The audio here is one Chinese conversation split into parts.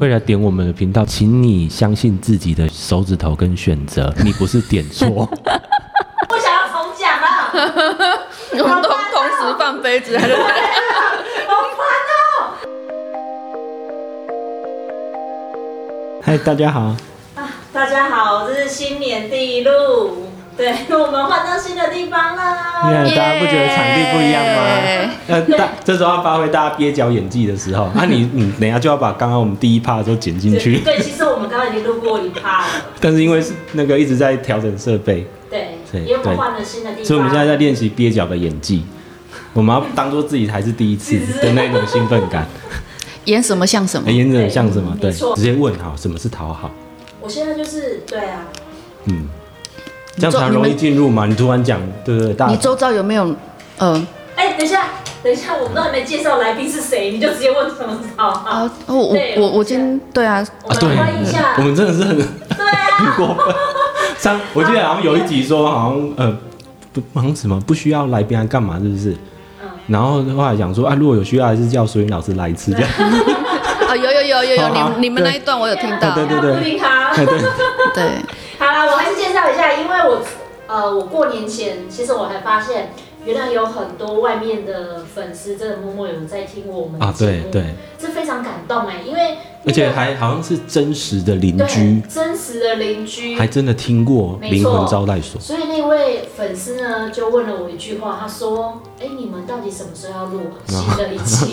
为了点我们的频道，请你相信自己的手指头跟选 择，你不是点错。我想要重讲 了，我们都同时放杯子，还是好烦哦！嗨，大家好，啊，大家好，这是新年第一路，对，我们换到新的地方你看啦。大家不觉得场地不一样吗耶？那大这时候要发挥大家蹩脚演技的时候，那、你你等一下就要把刚刚我们第一趴都剪进对，去，对，其实我们刚刚已经录过一趴了，但是因为是那个一直在调整设备，对，对因为我们对换了新的地方，所以我们现在在练习蹩脚的演技，我们要当做自己还是第一次的那种兴奋感， 演什么像什么哎，？演的像什么？对，没错直接问好，什么是讨好？我现在就是对啊，嗯，这样才容易进入嘛。你突然讲，对不对？大你周遭有没有呃哎，等一下，等一下，我们都还没介绍来宾是谁，你就直接问什么好啊啊？？我我对我我今天对啊，我啊，们对欢迎一下，，我们真的是很对啊，很 过分。上我记得好像有一集说好像呃不好像什么不需要来宾来干嘛是不是？嗯然后后来讲说啊，如果有需要还是叫苏云老师来一次这样。啊有有有有有，好好你你们对那一段我有听到，对对对布林卡。哎对，对好啦，我还是介绍一下，因为我呃，我过年前其实我还发现，原来有很多外面的粉丝真的默默有在听我们的啊节对目，对，这非常感动哎，因为而那个且还好像是真实的邻居对，真实的邻居，还真的听过没灵错魂招待所。所以那位粉丝呢就问了我一句话，他说：“哎、你们到底什么时候要录啊新的一期？”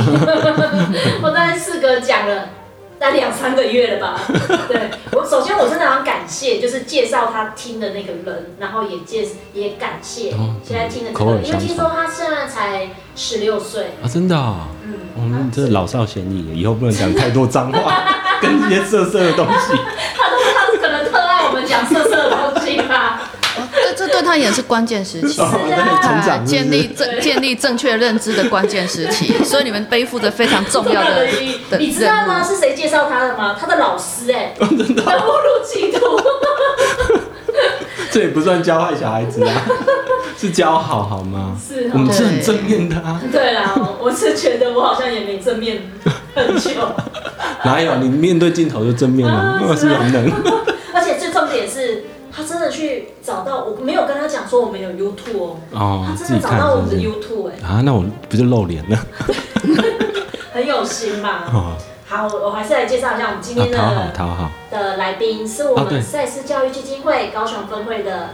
我大概四个讲了。大概两三个月了吧？对我，首先我真的很感谢，就是介绍他听的那个人，然后也介也感谢哦现在听的这口个耳人，因为相听传说他现在才十六岁，啊，真的、哦，嗯，我们这老少咸宜，以后不能讲太多脏话 跟一些色色的东西。他可能特爱我们讲色色的东西吧。哦这这对他也是关键时期哦，。在成啊长是建不立是？正建立正确认知的关键时期， 所以你们背负着非常重要的重意义的你知道任吗？务是谁介绍他的吗？他的老师哎、真的 误入歧途。 这也不算教坏小孩子 啊，是教好好吗？是哦我们是很正面的啊。对啦，我是觉得我好像也没 正面很久，哪有你面对镜头就正面了啊？那 是人 能。而且最重点是他真的去找到，我没有跟他讲说我们有 YouTube 哦，哦他真的找到我们的 YouTube 哎、啊，那我不就露脸了？ 很有心嘛。哦，好，我还是来介绍一下我们今啊天，的、讨好讨好，的来宾是我啊对们赛事教育基金会高雄分会的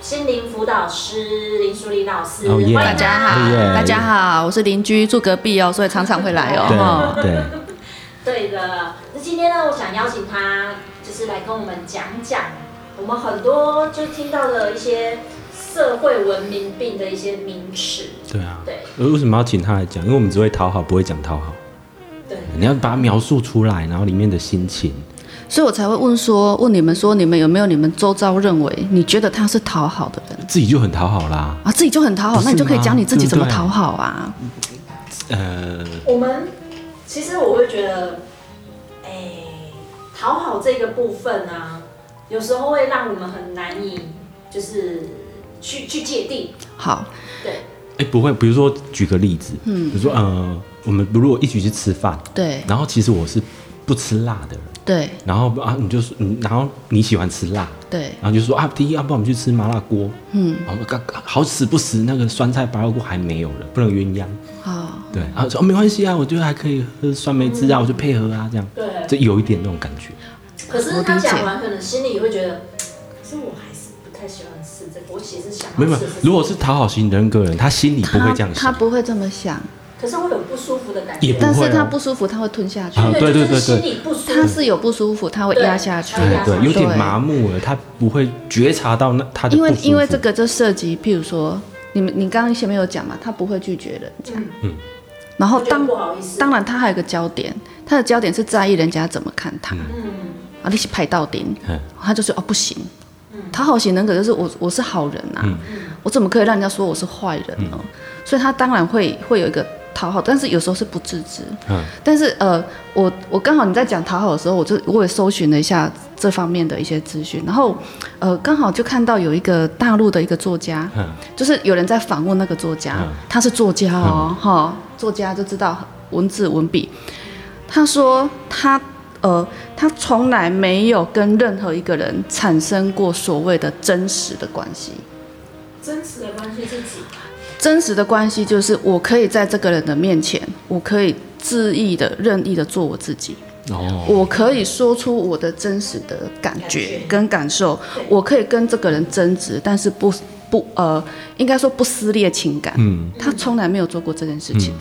心灵辅导师林淑玲老师，哦耶欢大迎家她好对耶，大家好，我是邻居，住隔壁哦，所以常常会来哦。哈对对，对的，那今天呢，我想邀请他，就是来跟我们讲讲我们很多就听到的一些社会文明病的一些名词。对啊。对呃为什么要请他来讲？因为我们只会讨好，不会讲讨好。对，你要把它描述出来，然后里面的心情。所以我才会问说，问你们说，你们有没有你们周遭认为你觉得他是讨好的人自己就很讨好啦。啊？自己就很讨不好，是吗那你就可以讲你自己怎么对不对讨好啊？呃，我们其实我会觉得，哎，讨好这个部分啊，有时候会让我们很难以就是去去界定。好，对，哎，不会，比如说举个例子，嗯，比如说呃，我们如果一起去吃饭，对然后其实我是不吃辣的人，对然后啊，你就说，嗯然后你喜欢吃辣，对然后就说啊，第一，要、不然我们去吃麻辣锅。嗯，然后刚好死不死，那个酸菜白肉锅还没有了，不能鸳鸯。好，对，啊，说、哦、没关系啊，我觉得还可以喝酸梅汁啊，嗯我就配合啊，这样，对这有一点那种感觉。可是我他理解讲完，可能心里会觉得，可是我还是不太喜欢吃这个，我其实想要没有，没有吃这个如果是讨好型人格的人，他心里不会这样他想。不会这么想，可是会有不舒服的感也觉不，但会是哦他不舒服，他会吞下去。啊对就对是对心对里不舒他服。是有不舒服，啊他会对压下去。他会哎对压下对，去有点麻木了，他不会觉察到那他的因不为舒服因为这个就涉及，譬如说，你们你刚刚前面有讲嘛，他不会拒绝人家，嗯嗯然后我觉得哦当不好意思，当然他还有个焦点，他的焦点是在意人家怎么看他、嗯，啊，你是排到顶，嗯他就是哦不行，讨好型人格就是我我是好人啊，嗯我怎么可以让人家说我是坏人呢？所以他当然会会有一个讨好，但是有时候是不自知。嗯但是呃，我我刚好你在讲讨好的时候，我就我也搜寻了一下这方面的一些资讯，然后呃刚好就看到有一个大陆的一个作家，嗯就是有人在访问那个作家，嗯他是作家哦，哈、作家就知道文字文笔。他说他呃，他从来没有跟任何一个人产生过所谓的真实的关系。真实的关系是指真实的关系就是我可以在这个人的面前，我可以恣意的、任意的做我自己，哦，我可以说出我的真实的感感觉觉跟感受对，我可以跟这个人争执，但是不不呃，应该说不撕裂情感。嗯，他从来没有做过这件事情。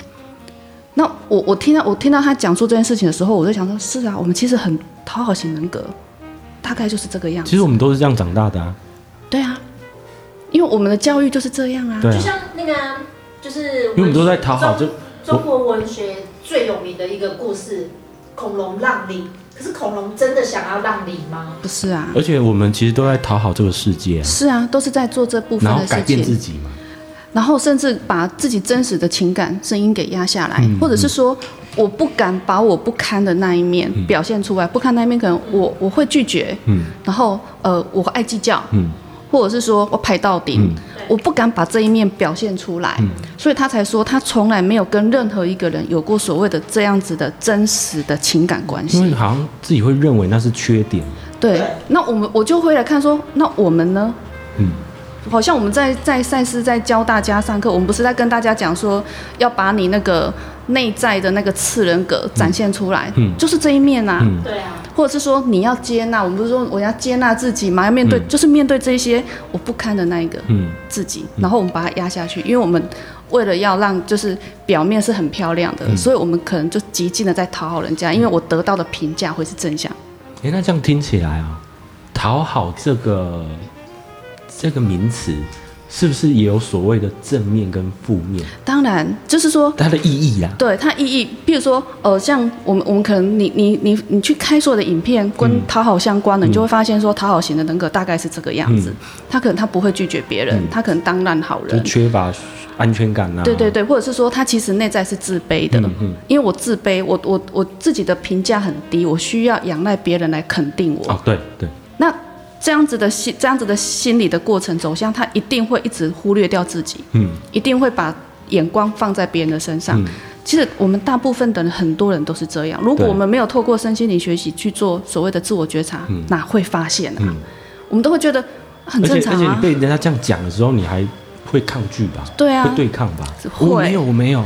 那我我听到我听到他讲述这件事情的时候，我就想说，是啊，我们其实很讨好型人格，大概就是这个样子。其实我们都是这样长大的啊，对啊，因为我们的教育就是这样啊。对就啊，像那个啊、就是因为我们都在讨好中就中国文学最有名的一个故事《孔融让梨》，可是孔融真的想要让梨吗？不是啊，而且我们其实都在讨好这个世界啊，是啊，都是在做这部分然的后事情，改变自己嘛，然后甚至把自己真实的情感声音给压下来，嗯或者是说我不敢把我不堪的那一面表现出来，不堪那一面可能我我会拒绝，嗯然后呃我爱计较，嗯或者是说我排到顶，嗯我不敢把这一面表现出来，所以他才说他从来没有跟任何一个人有过所谓的这样子的真实的情感关因为系。好像自己会认为那是缺点，对对，那我们我就会来看说，那我们呢？嗯，好像我们在在赛事在教大家上课，我们不是在跟大家讲说要把你那个内在的那个次人格展现出来，嗯就是这一面啊。嗯对啊，或者是说你要接纳，我们不是说我要接纳自己嘛，要面对，就是面对这些我不堪的那一个，嗯，自己，然后我们把它压下去，因为我们为了要让就是表面是很漂亮嗯的，所以我们可能就极尽的在讨好人家，因为我得到的评价会是正向。哎、那这样听起来啊，讨好这个这个名词，是不是也有所谓的正面跟负面？当然，就是说。它的意义啊，对它意义，比如说，呃，像我们我们可能你你你你去开所有的影片跟嗯讨好相关的，你就会发现说讨好型的人格大概是这个样子。他可能他不会拒绝别人，他可能当烂好嗯就人是，缺乏安全感啊。对对对，或者是说他其实内在是自卑的，嗯因为我自卑，我我我自己的评价很低，我需要仰赖别人来肯定我。哦，对对，那这样子的心，这样子的心理的过程走向，他一定会一直忽略掉自己，嗯，一定会把眼光放在别人的身上。嗯其实我们大部分的人，很多人都是这样。如果对我们没有透过身心灵学习去做所谓的自我觉察，嗯哪会发现啊？我们都会觉得很而正且嗯而常且啊你。被人家这样讲的时候，你还会抗拒吧？对啊会对抗吧？会我没有，我没有。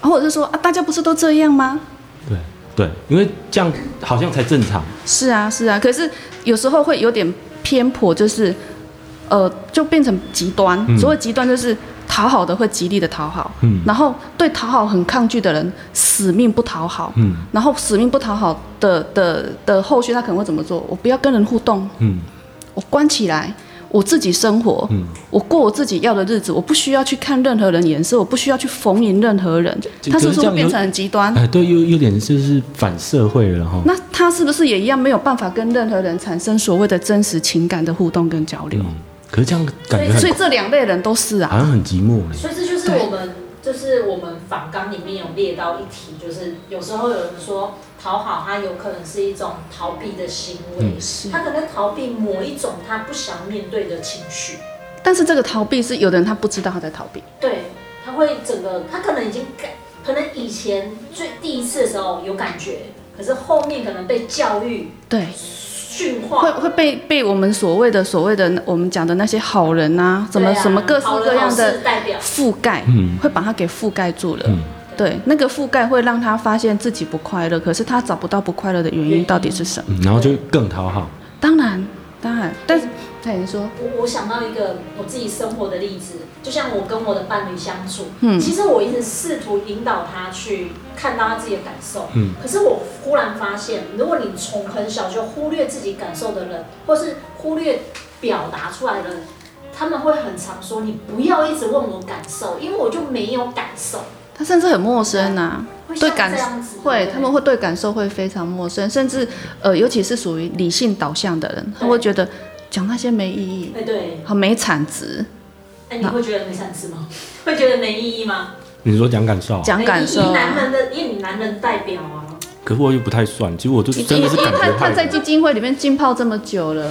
或者是说啊，大家不是都这样吗？对对，因为这样好像才正常。是啊，是啊，可是有时候会有点偏颇，就是呃，就变成极端。所谓极端，就是讨好的会极力的讨好，嗯然后对讨好很抗拒的人死命不讨好，嗯然后死命不讨好的的的后续，他可能会怎么做？我不要跟人互动，嗯我关起来。我自己生活，嗯我过我自己要的日子，我不需要去看任何人眼色，我不需要去逢迎任何人。就他是可不是这是会样变有成很极端？哎，对，有有点就是反社会了哈。那他是不是也一样没有办法跟任何人产生所谓的真实情感的互动跟交流？嗯，可是这样感觉所很以这两类人都是好啊，像很寂寞嘞。所以这就是对我们就是我们访纲里面有列到一题，就是有时候有人说讨好，它有可能是一种逃避的行为，嗯嗯是他可能在逃避某一种他不想面对的情绪，但是这个逃避是有的人他不知道他在逃避，对，他会整个他可能已经感，可能以前最第一次的时候有感觉，可是后面可能被教育对，驯会化，会被被我们所谓的所谓的我们讲的那些好人啊，怎么、对啊什么各式好人各样好的事啊代表，覆盖，嗯会把他给覆盖住了。嗯对，那个覆盖会让他发现自己不快乐，可是他找不到不快乐的原因到底是什么。嗯，然后就更讨好。当然，当然，但是，对你说，我我想到一个我自己生活的例子，就像我跟我的伴侣相处，嗯其实我一直试图引导他去看到他自己的感受，嗯可是我忽然发现，如果你从很小就忽略自己感受的人，或是忽略表达出来的人，他们会很常说你不要一直问我感受，因为我就没有感受，他甚至很陌生啊。会对像感这样子，会对，他们会对感受会非常陌生，甚至呃，尤其是属于理性导向的人，他会觉得讲那些没意义，哎对，很没产值，哎你会觉得没产值吗？会觉得没意义吗？你说讲感受啊，讲感受你男啊。人的，因为你男人代表啊。可是我又不太算，其实我就因真的是因感为他觉他派在的，基金会里面浸泡这么久了，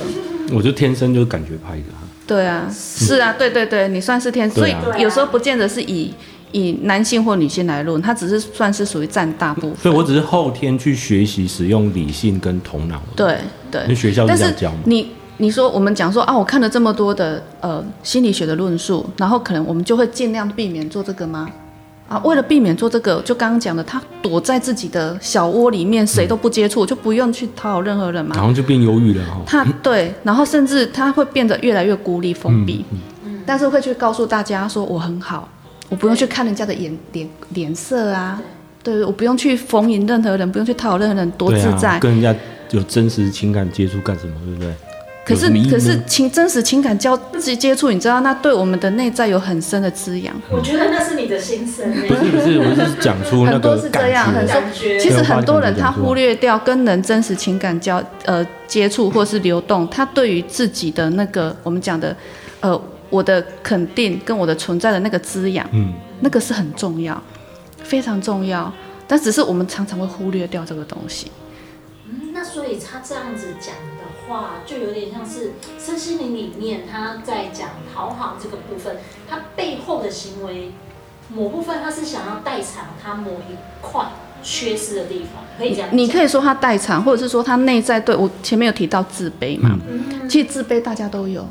我就天生就是感觉派的啊。对啊，是啊，对对对，你算是天，所以对啊有时候不见得是以以男性或女性来论，它只是算是属于占大部分。所以我只是后天去学习使用理性跟头脑。，对对，因为学校但是这是样教嘛。你你说我们讲说啊，我看了这么多的呃心理学的论述，然后可能我们就会尽量避免做这个吗？啊，为了避免做这个，就刚刚讲的，他躲在自己的小窝里面，谁都不接触，就不用去讨好任何人嘛然。后就变忧郁了哈。他对，然后甚至他会变得越来越孤立、封闭，嗯但是会去告诉大家说我很好，我不用去看人家的眼脸脸色啊，对，我不用去逢迎任何人，不用去讨好任何人，多对自在。啊，跟人家有真实情感接触干什么？对不对？可有是什么意义可呢是情真实情感交接接触，你知道，那对我们的内在有很深的滋养。我觉得那是你的心声欸不是不是，我是讲出那很多个是这样，感很觉。多感觉其实很多人对他忽略掉跟人真实情感交呃接触或是流动，他对于自己的那个我们讲的呃我的肯定跟我的存在的那个滋养，嗯，那个是很重要，非常重要。但只是我们常常会忽略掉这个东西。嗯那所以他这样子讲的话，就有点像是身心灵里面他在讲讨好这个部分，他背后的行为某部分他是想要代偿他某一块缺失的地方，可以这样你可以，以说他代偿，或者是说他内在对我前面有提到自卑嘛，嗯，其实自卑大家都有。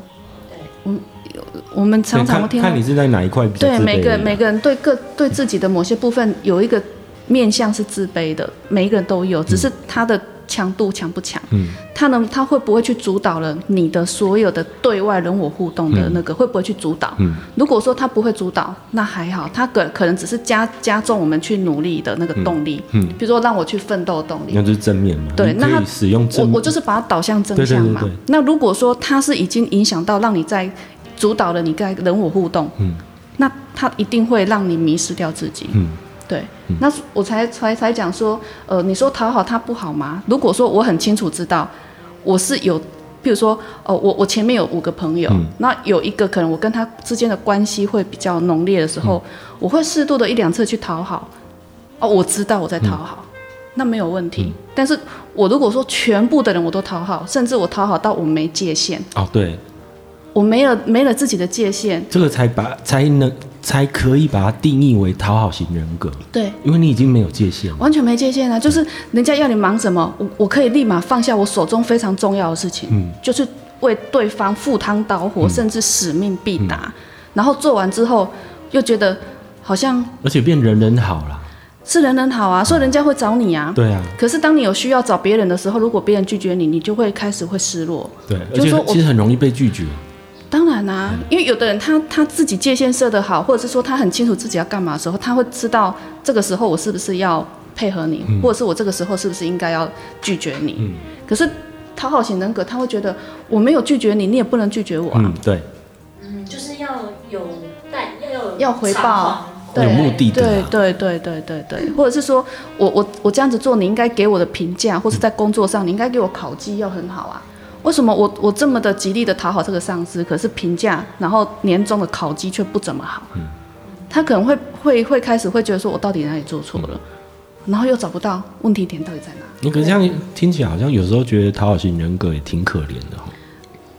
对，我们常常会对听看看到你，是在哪一块比较对自卑每个而已每个人对各对自己的某些部分有一个面向是自卑的，每一个人都有，只是他的强度强不强，嗯，他能他会不会去主导了你的所有的对外人我互动的那个、会不会去主导？嗯如果说他不会主导，那还好，他可可能只是加加重我们去努力的那个动力，嗯比如说让我去奋斗的动力，那就是正面嘛。对你那可他以使用我正，我就是把它导向正向嘛。对对对对那如果说它是已经影响到让你在主导了你在人我互动，嗯，那它一定会让你迷失掉自己。嗯，对，那我才才才讲说，呃，你说讨好他不好吗？如果说我很清楚知道我是有。比如说，呃，我我前面有五个朋友，嗯那有一个可能我跟他之间的关系会比较浓烈的时嗯候，我会适度的一两次去讨好，哦，我知道我在讨好，那没有问题。但是我如果说全部的人我都讨好，甚至我讨好到我没界限，哦，对，我没了没了自己的界限，这个才把才能才可以把它定义为讨好型人格，对，因为你已经没有界限了。完全没界限啊！就是人家要你忙什么，我我可以立马放下我手中非常重要的事情，嗯就是为对方赴汤蹈火，甚至使命必达。然后做完之后，又觉得好像而且变人人好啦。是人人好啊，所以人家会找你啊。对啊，可是当你有需要找别人的时候，如果别人拒绝你，你就会开始会失落。对，而就是且说我其实很容易被拒绝。当然啦、啊因为有的人他他自己界限设得好，或者是说他很清楚自己要干嘛的时候，他会知道这个时候我是不是要配合你，或者是我这个时候是不是应该要拒绝你。可是讨好型人格他会觉得我没有拒绝你，你也不能拒绝我啊。嗯，对，嗯，就是要有代要有要回报偿还有对目的的对啊。对对对对对，或者是说我我我这样子做，你应该给我的评嗯价，或是在工作上，你应该给我考绩要很好啊。为什么我我这么的极力的讨好这个上司，可是评价，然后年终的考绩却不怎么好？嗯他可能会会会开始会觉得说我到底哪里做错嗯了，然后又找不到问题点到底在哪。你可是这样听起来好像有时候觉得讨好型人格也挺可怜的哈。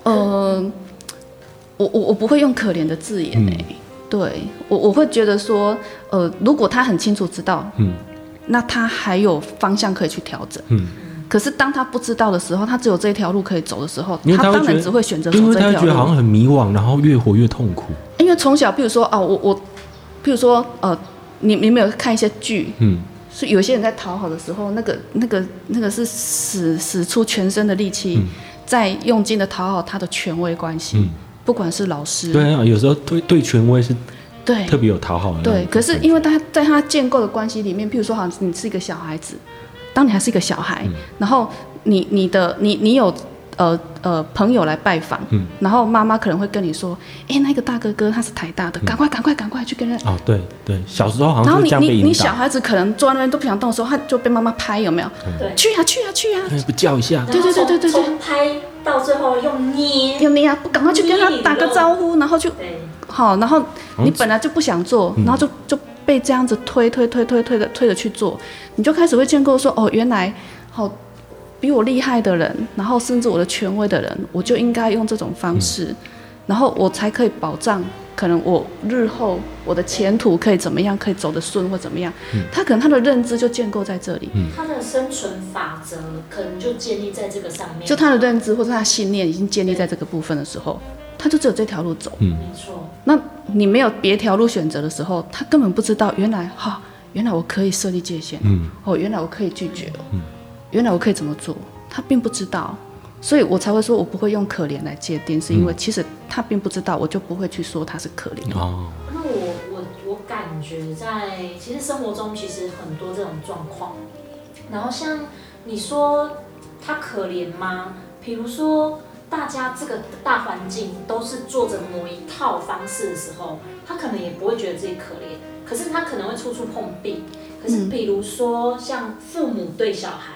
哦呃，我我我不会用可怜的字眼嗯诶、对我我会觉得说，呃，如果他很清楚知道，嗯，那他还有方向可以去调整，嗯。可是当他不知道的时候，他只有这一条路可以走的时候，因为他会当觉然得只会选择走因为这他会条觉得好路。像很迷惘，然后越活越痛苦。因为从小，比如说啊，我我，譬如说呃，你你们有看一些剧，嗯，是有些人在讨好的时候，那个那个那个是使使出全身的力气，在用劲的讨好他的权威关系，嗯不管是老师，对啊，有时候对对权威是对特别有讨好的那种对，感觉。可是因为他在他建构的关系里面，譬如说，好，你是一个小孩子，当你还是一个小嗯孩，然后你你的你你有呃呃朋友来拜访，嗯然后妈妈可能会跟你说，哎、那个大哥哥他是台大的，赶快赶快赶快去跟他。哦，对对，小时候好然嗯像后就这你样被你你引小导，孩子可能坐在那边都不想动的时候，他就被妈妈拍，有没有？对去呀、去呀、啊去呀、哎不叫一下，对对对对对对然后从从拍到最后用捏，有你呀、不赶快去跟他打个招呼，然后就对，好，然后你本来就不想做，然后就就被这样子推推推推推的推着去做，你就开始会建构说，哦，原来好比我厉害的人，然后甚至我的权威的人，我就应该用这种方式，然后我才可以保障可能我日后我的前途可以怎么样，可以走得顺或怎么样，他可能他的认知就建构在这里，他的生存法则可能就建立在这个上面。就他的认知或者他的信念已经建立在这个部分的时候，他就只有这条路走。嗯没错，那你没有别条路选择的时候，他根本不知道原来哈、原来我可以设立界限，嗯，哦，原来我可以拒绝，嗯，原来我可以怎么做，他并不知道，所以我才会说我不会用可怜来界嗯定，是因为其实他并不知道，我就不会去说他是可怜。哦，那我我我感觉在其实生活中其实很多这种状况，然后像你说他可怜吗？比如说大家这个大环境都是做着某一套方式的时候，他可能也不会觉得自己可怜，可是他可能会处处碰壁。可是比如说像父母对小孩，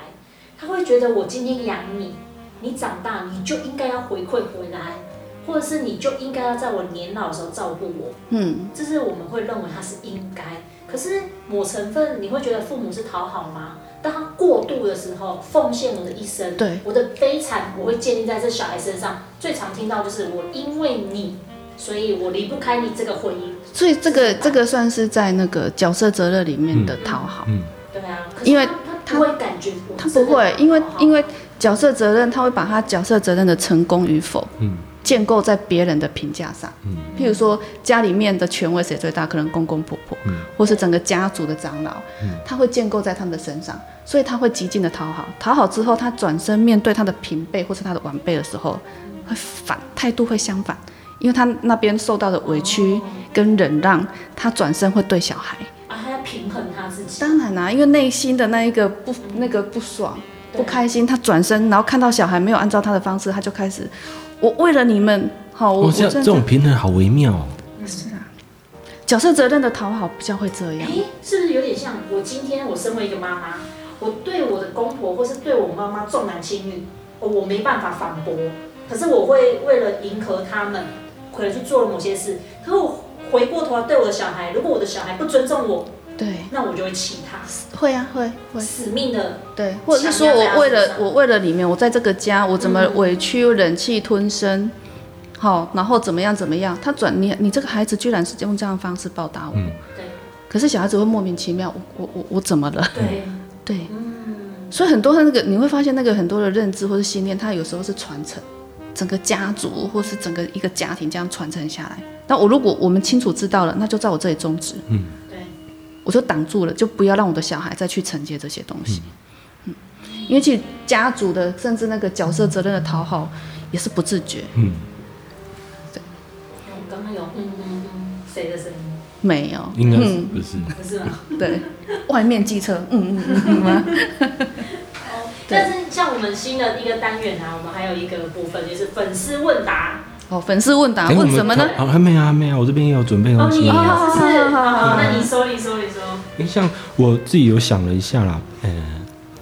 他会觉得我今天养你，你长大你就应该要回馈回来，或者是你就应该要在我年老的时候照顾我。嗯，这是我们会认为他是应该。可是某成分，你会觉得父母是讨好吗？当他过度的时候，奉献我的一生，对我的悲惨，我会建立在这小孩身上。最常听到就是我因为你，所以我离不开你这个婚姻。所以这个这个算是在那个角色责任里面的讨好。嗯，对啊，可是因为他他不会感觉我他不会，因为因为为角色责任，他会把他角色责任的成功与否，嗯建构在别人的评价上。嗯譬如说家里面的权威谁最大，可能公公婆婆，嗯或是整个家族的长老，嗯他会建构在他们的身上，所以他会极尽的讨好。讨好之后，他转身面对他的平辈或是他的晚辈的时候，会反态度会相反，因为他那边受到的委屈跟忍让，他转身会对小孩。啊，他要平衡他自己。当然啊啦、因为内心的那一个不那个不爽、对不开心，他转身，然后看到小孩没有按照他的方式，他就开始，我为了你们，好，哦，我、我这真的这种平衡好微妙哦。角色责任的讨好比较会这样哎、。是不是有点像我今天我身为一个妈妈，我对我的公婆或是对我妈妈重男轻女，哦我没办法反驳，可是我会为了迎合他们，可能去做了某些事，可是我回过头来对我的小孩，如果我的小孩不尊重我，对，那我就会气他，会啊，会会。死命的，对，或者是说想要在他我为身了上我为了里面，我在这个家，我怎么委屈、忍气吞声，好，然后怎么样怎么样，他转你，你这个孩子居然是用这样的方式报答我，嗯对可是小孩子会莫名其妙，我我我我怎么了？对，对，嗯，所以很多的那个你会发现，那个很多的认知或是信念，它有时候是传承整个家族或是整个一个家庭这样传承下来。那我如果我们清楚知道了，那就在我这里终止，对，我就挡住了，就不要让我的小孩再去承接这些东西。嗯，因为其实家族的甚至那个角色责任的讨好也是不自觉，嗯，我刚刚有嗯嗯嗯谁的声音，没有，应该是嗯、不是？不是吗？对，外面机车，嗯嗯嗯嗯嗯，哦，对但是像我们新的一个单元啊，我们还有一个部分就是粉丝问答。 哦，粉丝问答诶我问们什么呢？哦，还没有，还没有，我这边也有准备哦，东你西。有哦是不是？好好好好，那你说，你说，你说。因为像我自己有想了一下啦，呃，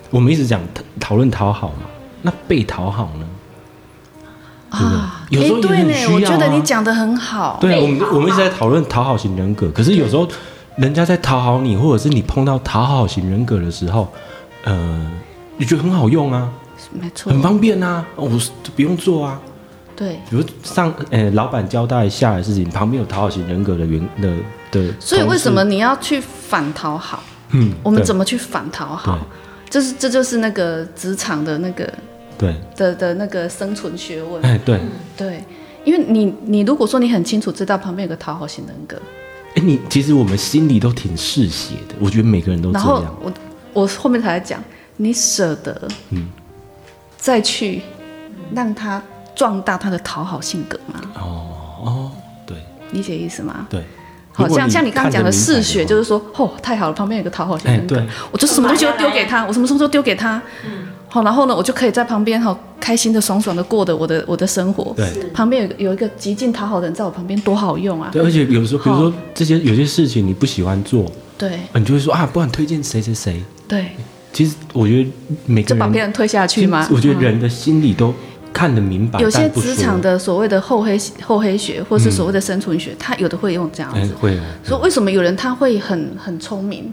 我们一直讲讨讨论讨好嘛，那被讨好呢？啊，有时候诶对也很需要啊呢，我觉得你讲的很哦好，对啊，被我们讨好我们一直在讨论讨好型人格，可是有时候人家在讨好你，或者是你碰到讨好型人格的时候，呃，你觉得很好用啊，没错，很方便啊，哦我是不用做啊。对。比如上呃，老板交代下来的事情，旁边有讨好型人格的员的的，所以为什么？你要去反讨好？嗯，我们怎么么去反讨好？就是这就是那个职场的那个对？的的那个生存学问。哎，对，对，因为你你如果说你很清楚知道旁边有个讨好型人格，哎，你其实我们心里都挺嗜血的，我觉得每个人都这然后样。我我后面才来讲，你舍得，嗯再去让他壮大他的讨好性格吗？哦哦，对理解意思吗？对，好如果像像你刚刚讲的嗜血，就是是说，哦，太好了，旁边有个讨好型哎人格，对我就什么东西都丢给他，我什么东西都丢给他，好，然后呢，我就可以在旁边好开心的、爽爽的过的我的我的生活。对是旁边有有一个极尽讨好的人在我旁边，多好用啊！对，而且有时候比如说这些有些事情你不喜欢做，对你就会说啊，不然推荐谁谁谁。对，其实我觉得每个就把人别人推下去嘛。我觉得人的心里都看得明白，有些但不说职场的所谓的厚黑厚黑学，或是所谓的生存学，他有的会用这样哎子。会哦，所以为什么有人他会很很聪明，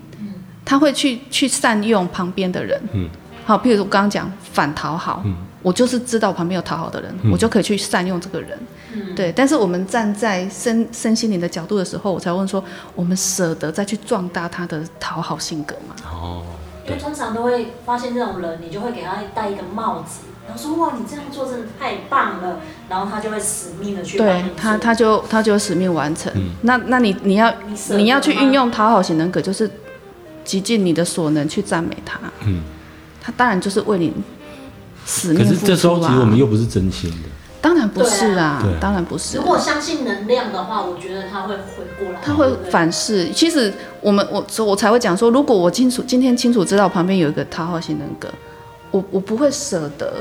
他会去去善用旁边的人，嗯好，譬如我刚刚讲反讨好，嗯我就是知道旁边有讨好的人，我就可以去善用这个人。嗯对，但是我们站在身身心灵的角度的时候，我才问说，我们舍得再去壮大他的讨好性格吗？哦，因为通常都会发现这种人，你就会给他戴一个帽子，然后说哇，你这样做真的太棒了，然后他就会死命的去帮对你做他，他就他就有使命完成。嗯那那你你要你舍得吗你要去运用讨好型人格，就是极尽你的所能去赞美他，嗯，他当然就是为你使可命是付出啊。这时候其实我们又不是真心的，当然不是啊对啊对，当然不是如。果相信能量的话，我觉得他会回过来，他会对不对嗯反噬。其实我们我所以我才会讲说，如果我清楚今天清楚知道旁边有一个讨好型人格，我我不会舍得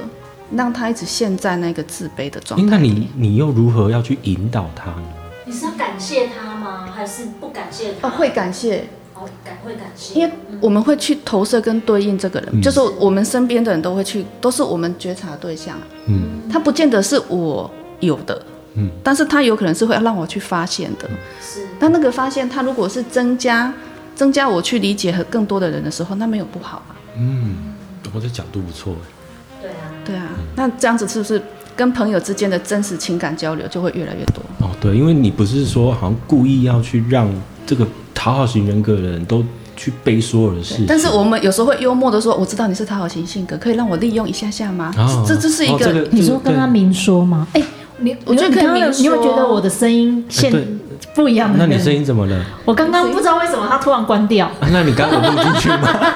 让他一直陷在那个自卑的诶状态那里。你你又如何要去引导他呢？你是要感谢他吗？还是不感谢他？哦，会感谢，哦，感会感谢，因为我们会去投射跟对应这个人，嗯就是我们身边的人都会去，都是我们觉察对象。啊嗯他不见得是我有的，嗯，但是他有可能是会让我去发现的。是那那个发现，它如果是增加增加我去理解和更多的人的时候，那没有不好啊。嗯，我这角度不错，对啊，对啊，嗯那这样子是不是跟朋友之间的真实情感交流就会越来越多？哦，对，因为你不是说好像故意要去让这个讨好型人格的人都去背所有的事情，但是我们有时候会幽默的说：“我知道你是讨好型性格，可以让我利用一下下吗？”哦这这是一哦这个个你说跟他明说吗？哎、你我觉得你可以刚刚的明说你有没有觉得我的声音现哎对不一样啊那的？你声音怎么了？我刚刚不知道为什么他突然关掉。啊那你刚刚有录进去吗？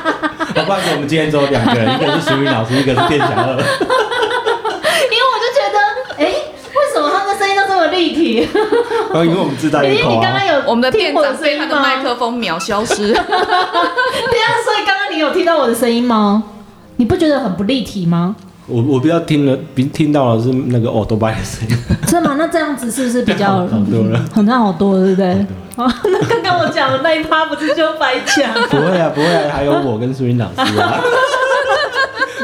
我发现我们今天只有两个人，一个是淑云老师，一个是店小二。因为我就觉得，哎、为什么他们声音都这么立体？ 哦，因为我们自带因为一口你刚啊刚。有我们的听店我的长声被音他吗？的麦克风秒消失。对啊， 所以刚刚你有听到我的声音吗？你不觉得很不立体吗？我我比较听了，比听到的是那个哦，多巴的声音，真的吗？那这样子是不是比较好多了很像好多，对不对？哦，那刚刚我讲的那一趴不是就白 讲？不会啊，不会啊，还有我跟淑云老师啊。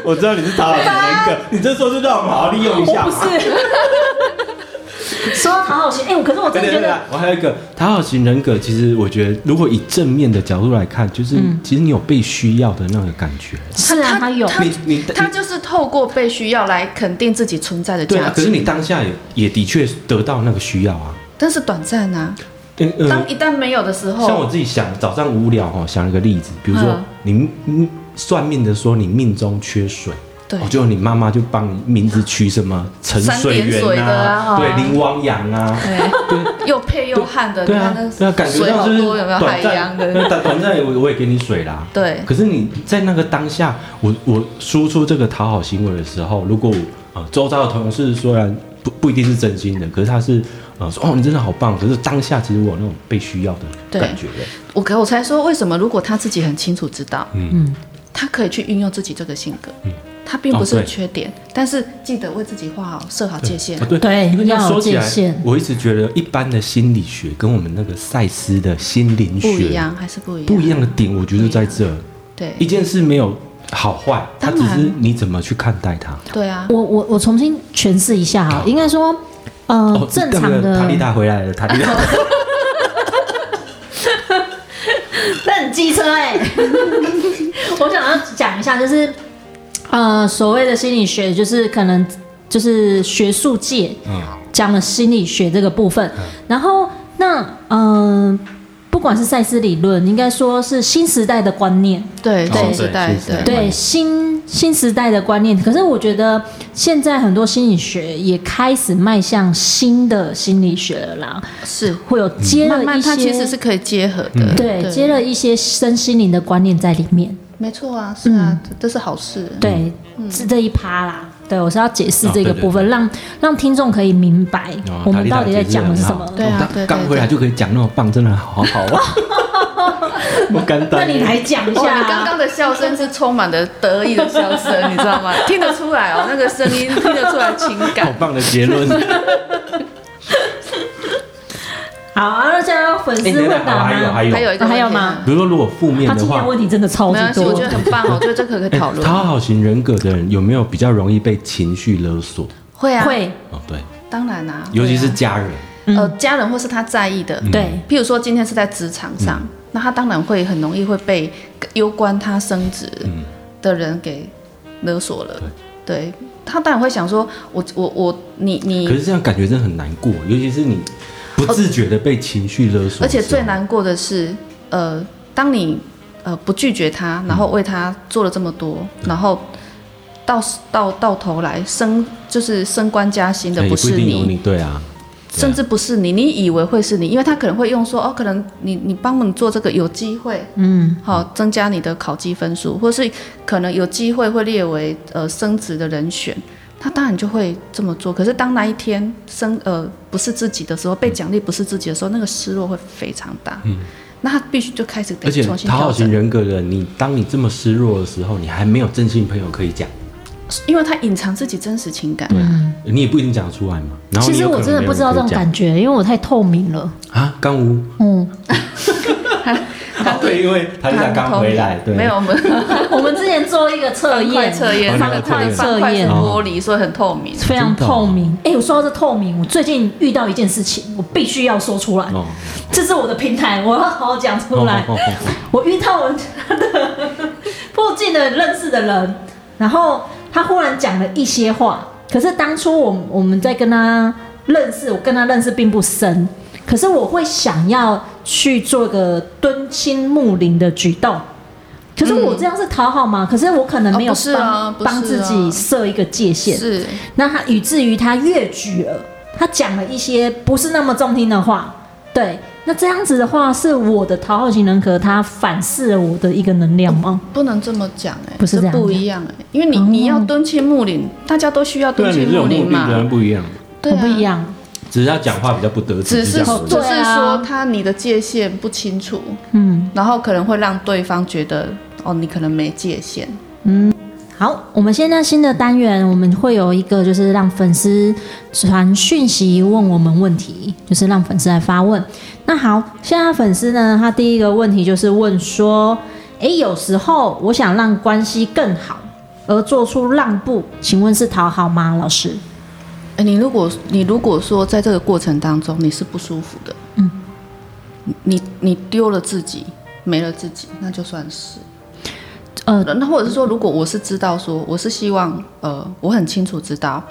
我知道你是讨好型人格，你这时候就让我们好好利用一下不嘛。是， 说到讨好型，哎、我可是我对真的对觉对得，啊，我还有一个讨好型人格，其实我觉得，如果以正面的角度来看，就是、其实你有被需要的那个感觉。是啊，他有，你你他就是透过被需要来肯定自己存在的对价啊，可是值，你当下也也的确得到那个需要啊。但是短暂啊。对，呃当一旦没有的时像我候，自己想，早上无聊哦，想了个例子，比如说嗯你你算命的说你命中缺水，对哦，就你妈妈就帮你名字取什么陈水三点水源的啊啊，哦对，林汪洋啊。对， 又配又汗的，对你啊看那，对啊，感觉水到好就是多，有没有海短洋暂，的？ 那短短暂我我也给你水啦。对可是你在那个当下，我我输出这个讨好行为的时候，如果我呃周遭的同事虽然不不一定是真心的，可是他是呃说哦你真的好棒，可是当下其实我有那种被需要的对感觉。我可我才说，为什么如果他自己很清楚知道，嗯他可以去运用自己这个性格，嗯他并不哦是对缺点，但是记得为自己画好设好界限啊。对对因为这样要有说起界来限，我一直觉得一般的心理学跟我们那个赛斯的心灵不学一样还是不一样，不一样的点，我觉得在这儿，对一件事没有好坏，它当只然是你怎么去看待它。嗯对啊，我我我重新诠释一下哈，应该说，呃，正常那哦个塔利的，哦达回来了，塔利达。那很机车哎、 我想要讲一下，就是呃，所谓的心理学，就是可能就是学术界嗯讲了心理学这个部分，然后那嗯、呃不管是赛斯理论，应该说是新时代的观念，对哦对新时代新时代对对新新时代的观念。可是我觉得现在很多心理学也开始迈向新的心理学了啦，是会有接了一慢些，慢它其实是可以结合嗯的，对接了一些身心灵的观念在里面。没错啊，是啊，嗯这这是好事，对，是这一趴啦。对，我是要解释哦这个对对部分，让让听众可以明白哦我们到底在讲的是什么。对啊哦对对刚回来就可以讲那么棒，真的好好啊！ 我感那动。你来讲一哇，下哦你刚啊，刚的笑声是充满了得意的 笑声，你知道吗？听得出来哦，那个声音听得出来情好感。棒的结 论。好啊，那现在要粉丝问答哎哦还有吗？还有还有一个哦还有问题啊吗比如说如果负面他的今天话，哎问题真的超没级关系，多，我觉得很 棒，我觉得这个可以讨论。讨好型人格的人有没有比较容易被情绪勒索？会啊，，会哦，对，当然啊，尤其是会啊家人。嗯呃家人或是他在意的，嗯对譬如说今天是在职场上，那他当然会很容易会被攸关他升职的人给勒索了。嗯对对他当然会想说，我我我，你你可是这样感觉真的很难过，尤其是你不自觉的被情绪勒索，而且最。难过的是，呃，当你呃不拒绝他，嗯然后为他做了这么多，然后到到到头来升就是升官加薪的哎也不不是一定有你，你，对啊，对啊甚至不是你，你以为会是你，因为他可能会用说哦，可能你你帮我们做这个有机会，嗯，好、增加你的考绩分数，或是可能有机会会列为呃升职的人选，他当然就会这么做。可是当那一天升呃不是自己的时候，被奖励不是自己的时候，那个失落会非常大。嗯，那他必须就开始得而且重新讨好调型整，人格的人，你当你这么失落的时候，你还没有真心朋友可以讲，因为他隐藏自己真实情感。你也不一定讲得出来嘛。然后其你实有可我能真的没有不知道这人种可以感觉，因为我太透明 了。讲啊，刚无，嗯，啊 对，因为他就才刚回来，对，没有我们 我们之前做一个测方块验，测验，方那块测验哦个方方块块测是验玻璃，所以很透明。非常透明。哎、我说到这透明，我最近遇到一件事情，我必须要说啊出来，哦，这是我的平台，我要好好讲出来。哦哦哦 哦我遇到我的 附近的认识的人，然后他忽然讲了一些哦话，可是当初我我们在跟他认识，我跟他认识并不深，可是我会想要去做个敦亲睦邻的举动。可是我这样是讨好吗？可是我可能没有哦不是帮、啊不是啊帮自己设一个界限，是，那他以至于他越举了，他讲了一些不是那么中听的话，对。那这样子的话，是我的讨好型人格，他反噬了我的一个能量吗？不能这么讲哎、不是这样哦这不一样哎、因为你你要敦亲睦邻，大家都需要对敦啊，你亲这种睦目邻的当然嘛，不一样，对我啊，不一样，只是他讲话比较不得体，这只是样哦而已只对是啊说他你的界限不清楚，嗯，然后可能会让对方觉得哦，你可能没界限。好，我们现在新的单元，我们会有一个就是让粉丝传讯息问我们问题，就是让粉丝来发问。那好，现在粉丝呢，他第一个问题就是问说，诶，有时候我想让关系更好，而做出让步，请问是讨好吗？老师，哎，你如果你如果说在这个过程当中你是不舒服的，嗯，你你丢了自己，没了自己，那就算是。呃，那或者是说，如果我是知道说，我是希望，呃，我很清楚知道，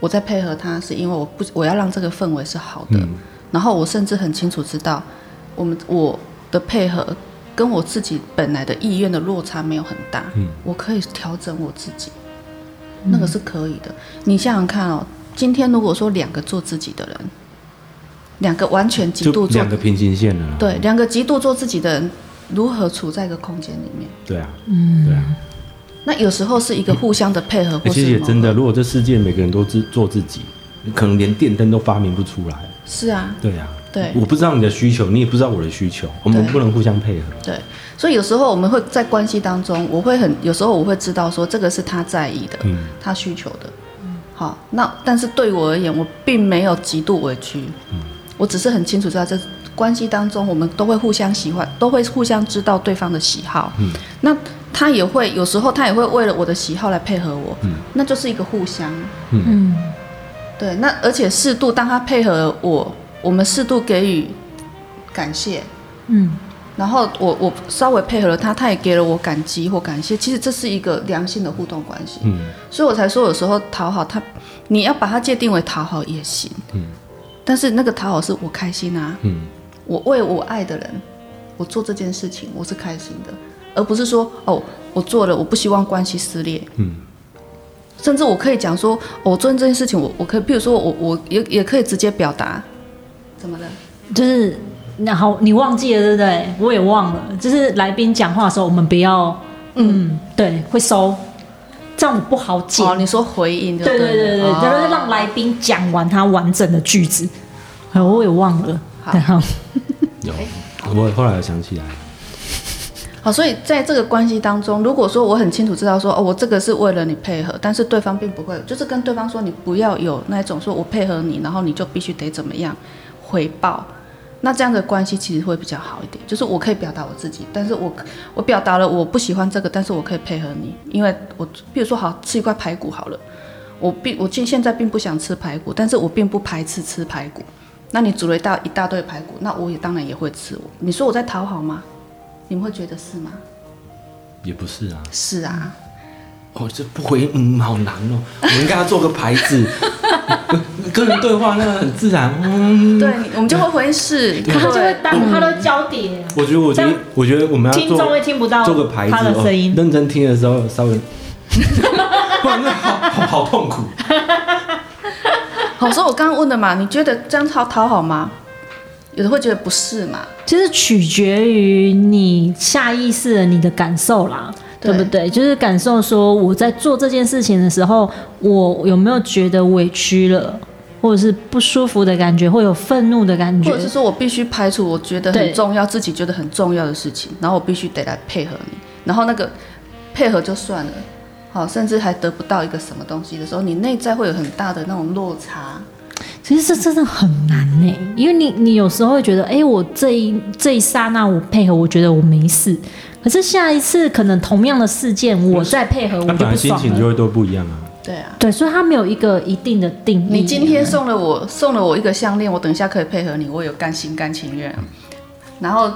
我在配合他是因为我不我要让这个氛围是好嗯的，然后我甚至很清楚知道，我们我的配合跟我自己本来的意愿的落差没有很大，嗯我可以调整我自己，那个是可以的。你想想看哦，今天如果说两个做自己的人，两个完全极就度做两个平行线了啦，对两个极度做自己的人，如何处在一个空间里面？对啊，嗯，对啊。那有时候是一个互相的配合，或欸、其是实也磨合真的，如果这世界每个人都自做自己，可能连电灯都发明不出来。是啊，对啊，对我不知道你的需求，你也不知道我的需求，我们对不能互相配合。对，所以有时候我们会在关系当中，我会很有时候我会知道说这个是他在意的，嗯他需求的，好，那但是对我而言，我并没有极度委屈，我只是很清楚知道这关系当中，我们都会互相喜欢，都会互相知道对方的喜好，那他也会有时候他也会为了我的喜好来配合我，那就是一个互相，嗯，对，那而且适度，当他配合我，我们适度给予感谢，嗯，然后我我稍微配合了他，他也给了我感激或感谢。其实这是一个良性的互动关系，嗯，所以我才说有时候讨好他，你要把它界定为讨好也行，嗯，但是那个讨好是我开心啊，嗯，我为我爱的人，我做这件事情我是开心的，而不是说哦我做了我不希望关系撕裂，嗯。甚至我可以讲说，哦我做这件事情我，我可以，譬如说我我也也可以直接表达，怎么了？就是然后你忘记了对不对？我也忘了，就是来宾讲话的时候，我们不要，嗯，对，会收，这样我不好解。哦，你说回应就对对对对对，了就是哦让来宾讲完他完整的句子。哎，我也忘了。 好然后有，我后来有想起来，好，所以在这个关系当中，如果说我很清楚知道说，哦，我这个是为了你配合，但是对方并不会，就是跟对方说你不要有那种说我配合你，然后你就必须得怎么样回报。那这样的关系其实会比较好一点，就是我可以表达我自己，但是我我表达了我不喜欢这个，但是我可以配合你，因为我比如说好吃一块排骨好了，我并我现现在并不想吃排骨，但是我并不排斥吃排骨。那你煮了一大一大堆排骨，那我也当然也会吃。你说我在讨好吗？你们会觉得是吗？也不是啊，是啊，哦，这不回嗯好难哦，我应该要做个牌子， 跟人对话那个很自然。嗯，对，我们就会回是，他就会对当他都交叠，我觉得我觉这得样我觉得我们要听众做会听不到做个牌子嗯他的声音哦，认真听的时候稍 微，不然那好好好痛苦。好，所以我刚刚问的嘛，你觉得这样讨讨好吗？有的会觉得不是嘛，就是取决于你下意识的你的感受啦，对对不对？就是感受说我在做这件事情的时候，我有没有觉得委屈了，或者是不舒服的感觉，会有愤怒的感或觉者。是说我必须排除我觉得对很重要、自己觉得很重要的事情，然后我必须得来配合你，然后那个配合就算了，好，甚至还得不到一个什么东西的时候，你内在会有很大的那种落差。其实这真的很难呢、因为你你有时候会觉得，哎、我这一这一刹那我配合，我觉得我没事，可是下一次可能同样的事件，我再配合，我那就本来不心爽情就了。会都不一样啊。对啊，对，所以它没有一个一定的定义。啊你啊今天送了我送了我一个项链，我等一下可以配合你，我有甘心甘情愿啊。然后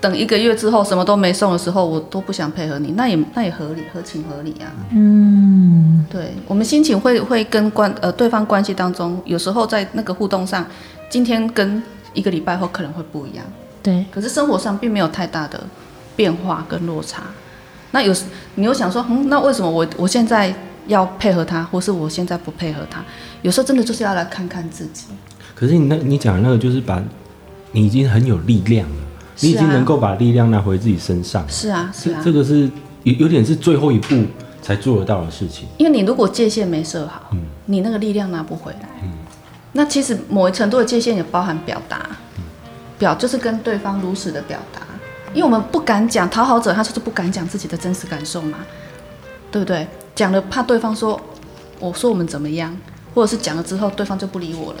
等一个月之后什么都没送的时候，我都不想配合你，那也那也合理，合情合理啊。嗯，对，我们心情会会跟关呃对方关系当中，有时候在那个互动上，今天跟一个礼拜后可能会不一样，对，可是生活上并没有太大的变化跟落差。那有时你又想说，嗯，那为什么我我现在要配合他，或是我现在不配合他？有时候真的就是要来看看自己。可是你那你讲的那个就是把，你已经很有力量了，你已是经啊能够把力量拿回自己身上了。是啊，是这啊，这个是有有点是最后一步才做得到的事情。因为你如果界限没设好，嗯你那个力量拿不回来。那其实某一程度的界限也包含表达，表就是跟对方如实的表达，因为我们不敢讲讨好者，他就是不敢讲自己的真实感受嘛，对不对？讲了怕对方说，我说我们怎么样，或者是讲了之后对方就不理我了，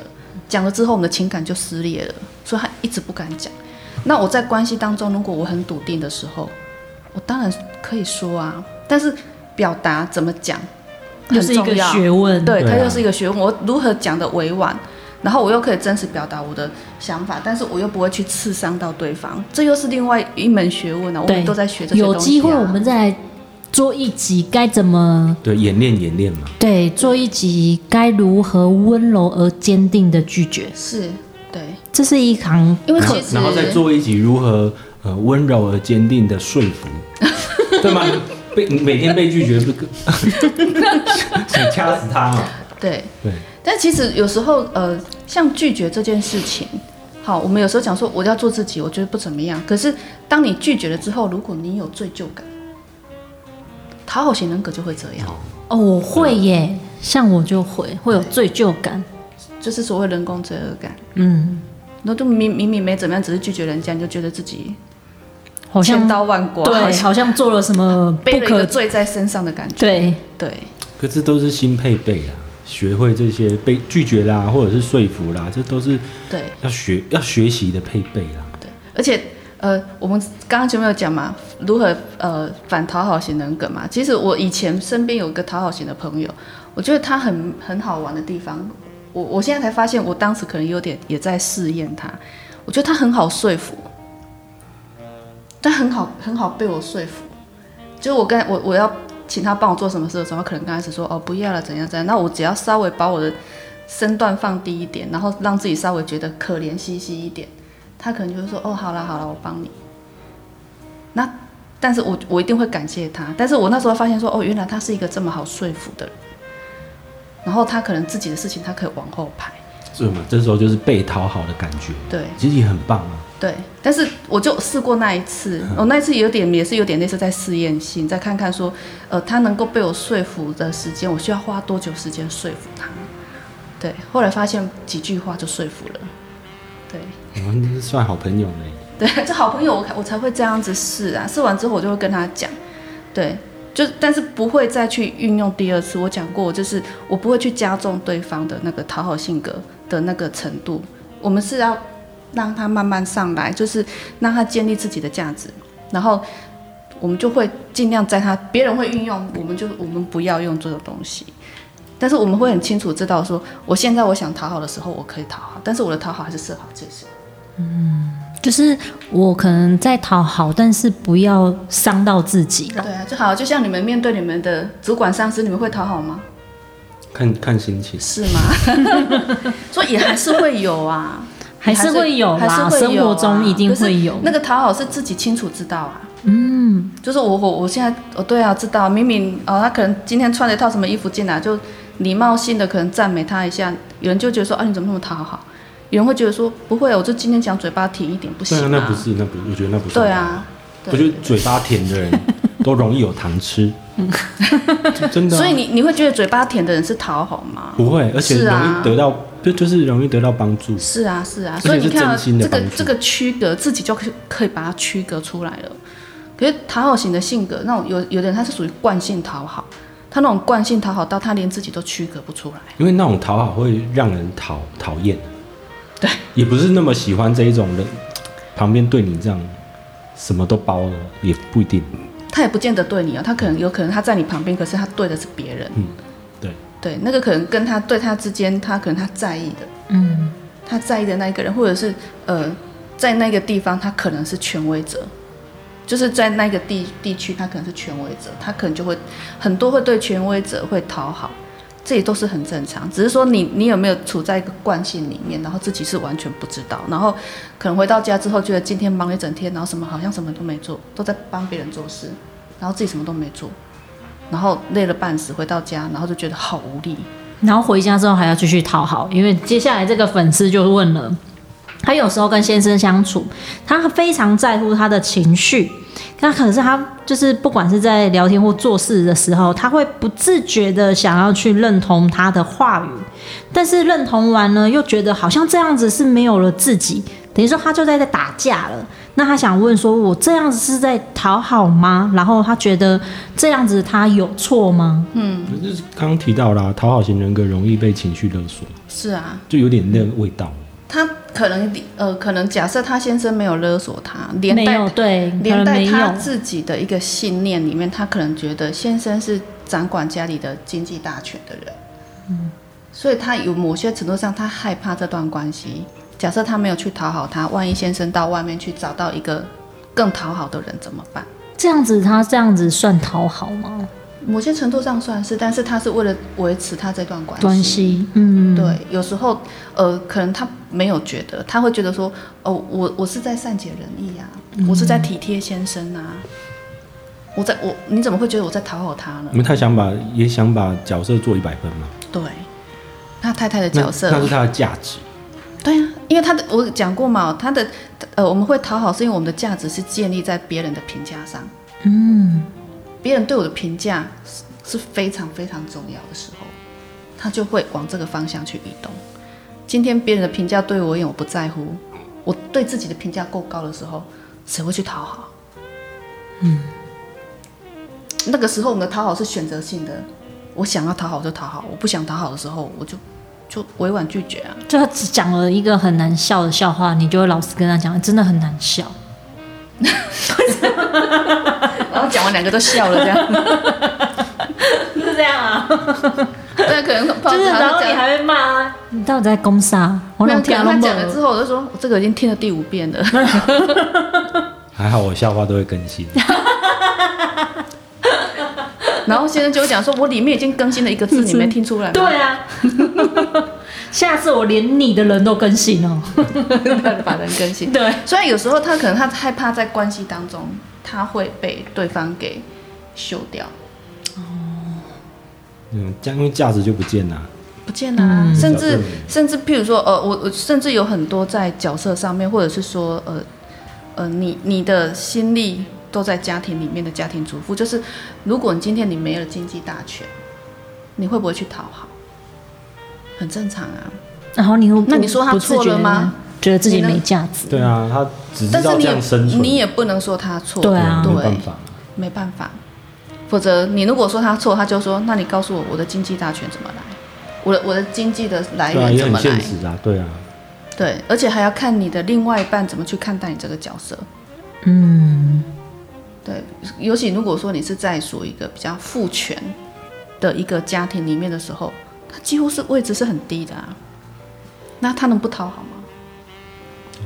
讲了之后我们的情感就撕裂了，所以他一直不敢讲。那我在关系当中，如果我很笃定的时候，我当然可以说啊，但是表达怎么讲很又是一个重要。学问。对，对啊它又是一个学问。我如何讲的委婉，然后我又可以真实表达我的想法，但是我又不会去刺伤到对方，这又是另外一门学问了、我对们都在学这些东西、有啊。机会我们再来做一集，该怎么对，演练演练嘛。对做一集，该如何温柔而坚定的拒绝，是对，这是一堂因为然后其实然后再做一集如何呃温柔而坚定的说服，对吗？被你每天被拒绝不是想掐死他嘛？对，对，但其实有时候呃，像拒绝这件事情。好，我们有时候讲说我要做自己，我觉得不怎么样。可是当你拒绝了之后，如果你有罪疚感，讨好型人格就会这样，哦，我会耶，像我就会会有罪疚感，就是所谓人工罪恶感。嗯，那就明明明没怎么样，只是拒绝人家，你就觉得自己好千像刀万剐，好对，像好像做了什么背不了一可个罪在身上的感觉。对，对，可这都是新配备啦，学会这些被拒绝啦，或者是说服啦，这都是对，要学要学习的配备啦。对，而且呃，我们刚刚前面有讲嘛，如何呃反讨好型人格嘛。其实我以前身边有一个讨好型的朋友，我觉得他很很好玩的地方，我我现在才发现，我当时可能有点也在试验他。我觉得他很好说服，但很好很好被我说服。就我跟我我要请他帮我做什么事的时候，他可能刚开始说哦不要了怎样怎样，那我只要稍微把我的身段放低一点，然后让自己稍微觉得可怜兮兮一点。他可能就会说：“哦，好了好了，我帮你。那”但是我我一定会感谢他。但是我那时候发现说：“哦，原来他是一个这么好说服的人。”然后他可能自己的事情他可以往后排，是嘛？这时候就是被讨好的感觉，对其实也很棒啊。对。但是我就试过那一次，我、那一次有点也是有点类似在试验性，再看看说，呃，他能够被我说服的时间，我需要花多久时间说服他？对。后来发现几句话就说服了，对。我们算好朋友嘞。对， 这好朋友我我才会这样子试啊，试完之后我就会跟他讲，对，就但是不会再去运用第二次。我讲过，就是我不会去加重对方的那个讨好性格的那个程度，我们是要让他慢慢上来，就是让他建立自己的价值，然后我们就会尽量在他别人会运用，我们就我们不要用这个东西。但是我们会很清楚知道说我现在我想讨好的时候，我可以讨好，但是我的讨好还是设好界限。就是我可能在讨好，但是不要伤到自己了。对啊，就好，就像你们面对你们的主管上司，你们会讨好吗？看看心情。是 吗？所以也还是会有啊，还是会有啦还是会有啊生活中一定会有可是那个讨好是自己清楚知道啊。嗯，就是我我我现在哦对啊，知道明明哦，他可能今天穿了一套什么衣服进来，就礼貌性的可能赞美他一下，有人就觉得说啊你怎么那么讨好？有人会觉得说不会，我就今天讲嘴巴甜一点不行对啊，吗？那不是，那不，我觉得那不是。对啊，我觉得嘴巴甜的 人都容易有糖吃，真的啊、嗯所以你你会觉得嘴巴甜的人是讨好吗？不会，而且是容啊易得到，就就是容易得到帮助。是啊，是啊，嗯而且所以你是看啊真心的这个帮助这个区隔，自己就可以可以把它区隔出来了。可是讨好型的性格，那种有有的人他是属于惯性讨好，他那种惯性讨好到他连自己都区隔不出来。因为那种讨好会让人讨讨厌，对，也不是那么喜欢这一种人，旁边对你这样什么都包了，也不一定。他也不见得对你哦，他可能有可能他在你旁边，可是他对的是别人。嗯对对，那个可能跟他对他之间，他可能他在意的，嗯，他在意的那一个人，或者是呃，在那个地方他可能是权威者，就是在那个地地区他可能是权威者，他可能就会很多会对权威者会讨好，这也都是很正常。只是说你你有没有处在一个惯性里面，然后自己是完全不知道，然后可能回到家之后觉得今天忙了一整天，然后什么好像什么都没做，都在帮别人做事，然后自己什么都没做。然后累了半死，回到家，然后就觉得好无力。然后回家之后还要继续讨好，因为接下来这个粉丝就问了，他有时候跟先生相处，他非常在乎他的情绪，那可是他就是不管是在聊天或做事的时候，他会不自觉的想要去认同他的话语，但是认同完呢，又觉得好像这样子是没有了自己，等于说他就在在打架了。那他想问说，我这样子是在讨好吗？然后他觉得这样子他有错吗？就是刚刚提到啦，讨好型人格容易被情绪勒索，是啊，就有点那个味道。他可能呃，可能假设他先生没有勒索他，连没有带对，可连能带没他有。自己的一个信念里面，他可能觉得先生是掌管家里的经济大权的人，嗯，所以他有某些程度上，他害怕这段关系。假设他没有去讨好他，万一先生到外面去找到一个更讨好的人怎么办？这样子，他这样子算讨好吗？某些程度上算是，但是他是为了维持他这段关系。关系，嗯，对，有时候呃，可能他没有觉得，他会觉得说，哦，我我是在善解人意啊，嗯我是在体贴先生啊，我在我你怎么会觉得我在讨好他呢因？为他想把也想把角色做一百分嘛，对，他太太的那角色那，是他的价值。对啊，因为他的我讲过嘛，他的呃，我们会讨好是因为我们的价值是建立在别人的评价上，嗯，别人对我的评价是是非常非常重要的时候，他就会往这个方向去移动。今天别人的评价对我而言我不在乎，我对自己的评价够高的时候，谁会去讨好？嗯，那个时候我们的讨好是选择性的，我想要讨好就讨好，我不想讨好的时候我就就委婉拒绝啊。就他只讲了一个很难笑的笑话，你就会老实跟他讲，真的很难笑。然后讲完两个都笑了，这样是这样啊， 对，可能 就是然后讲你还会骂啊，哦你到底在攻啥？我没有两可天能都他没讲了之后，我就说我这个已经听了第五遍 了。还好我笑话都会更新，然后先生就会讲说，我里面已经更新了一个字，你没听出来吗？对啊， 下次我连你的人都更新哦。把人更新。对，所以有时候他可能他害怕在关系当中，他会被对方给修掉，嗯，这样因为价值就不见了。不见了、嗯啊甚角色至里甚至譬如说，呃，我我甚至有很多在角色上面，或者是说，呃呃，你你的心力都在家庭里面的家庭主妇，就是如果你今天你没了经济大权，你会不会去讨好？很正常啊。然后你又那你说他不自错觉了地吗？觉得自己你呢没价值，对啊，他只知但是道你这也样生存，你也不能说他错，对啊没办法。没办法，否则你如果说他错，他就说那你告诉我我的经济大权怎么来，我的我的经济的来对啊，源也怎很么来？现实啊，对啊，对，而且还要看你的另外一半怎么去看待你这个角色。嗯，对，尤其如果说你是在属于一个比较父权的一个家庭里面的时候，他几乎是位置是很低的啊，那他能不讨好吗？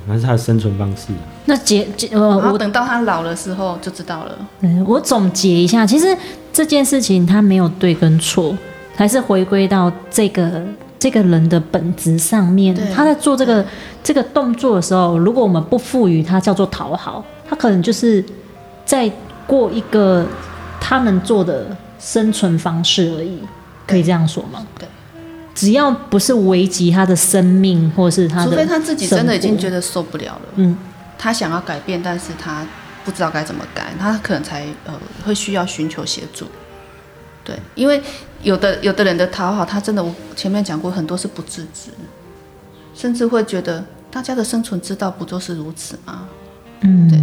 那是他的生存方式啊。那结结呃，然我后等到他老的时候就知道了。嗯，我总结一下，其实这件事情它没有对跟错，还是回归到这个这个人的本质上面对。他在做这个这个动作的时候，如果我们不赋予它叫做讨好，他可能就是在过一个他能做的生存方式而已，可以这样说吗？对，只要不是危及他的生命，或是他的，除非他自己真的已经觉得，得受不了了，嗯，他想要改变，但是他不知道该怎么改，他可能才呃会需要寻求协助。对，因为有的有的人的讨好，他真的我前面讲过很多是不自知，甚至会觉得大家的生存之道不就是如此吗？嗯，对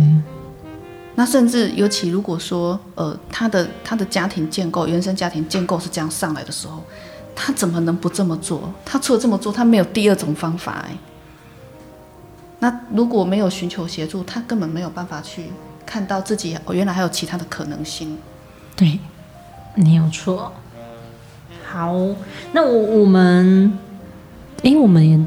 那甚至尤其如果说呃他的他的家庭建构原生家庭建构是这样上来的时候，他怎么能不这么做？他除了这么做，他没有第二种方法哎、那如果没有寻求协助，他根本没有办法去看到自己哦，原来还有其他的可能性。对，没有错。好，那我我们，诶，我们也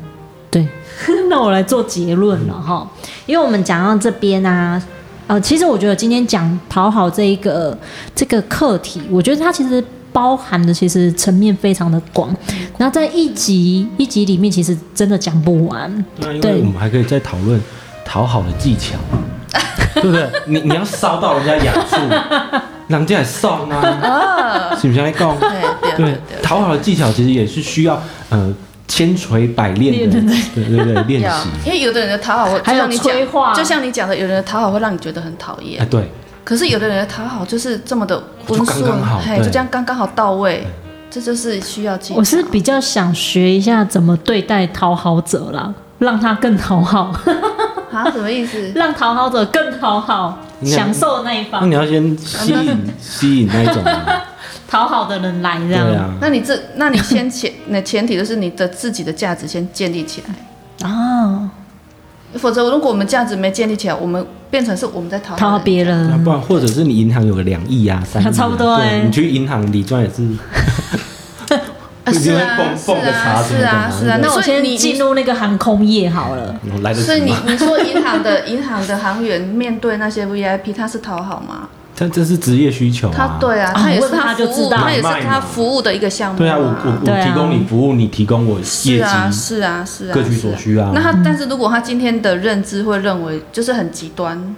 对， 那我来做结论了哈，因为我们讲到这边啊。呃，其实我觉得今天讲讨好这一个这个课题，我觉得它其实包含的其实层面非常的广，然后在一集一集里面，其实真的讲不完。对啊，因对为我们还可以再讨论讨好的技巧，对 不对？你你要烧到人家痒处，人家也送 啊，是不是？你讲对啊对，讨好的技巧其实也是需要呃千锤百炼的，对对对，练习因为有的人的讨好，我还有就像你讲催化就像你讲的，有的人的讨好会让你觉得很讨厌啊，，对，可是有的人的讨好就是这么的温就顺刚刚好，嘿，对就这样刚刚好到哎位，这就是需要技巧。我是比较想学一下怎么对待讨好者啦，让他更讨好。啊，什么意思？让讨好者更讨好，你看享受那一那方，你要先吸 引吸引那一种啊，讨好的人来这对样。啊，那你这，那你先前，那前提就是你的自己的价值先建立起来，哦，否则如果我们价值没建立起来，我们变成是我们在讨讨好好人别那人不，然或者是你银行有个两亿 啊，三亿啊，差不多哎对欸你去银行理专也是，啊是你就会啊蹦是蹦个啊茶是啊什么的是啊，那我我先进。入那个航空业好了。我来得所以及你吗？你说银 行的银行的行员面对那些 VIP，他是讨好吗？他这是职业需求啊，他对啊，啊他也是问他就服务，知道他也是买卖他嘛服务的一个项目啊。对啊，我我对啊我提供你服务，你提供我业绩，是啊，是啊，是啊，各取所需啊是那他，但是如果他今天的认知会认为就是很极端，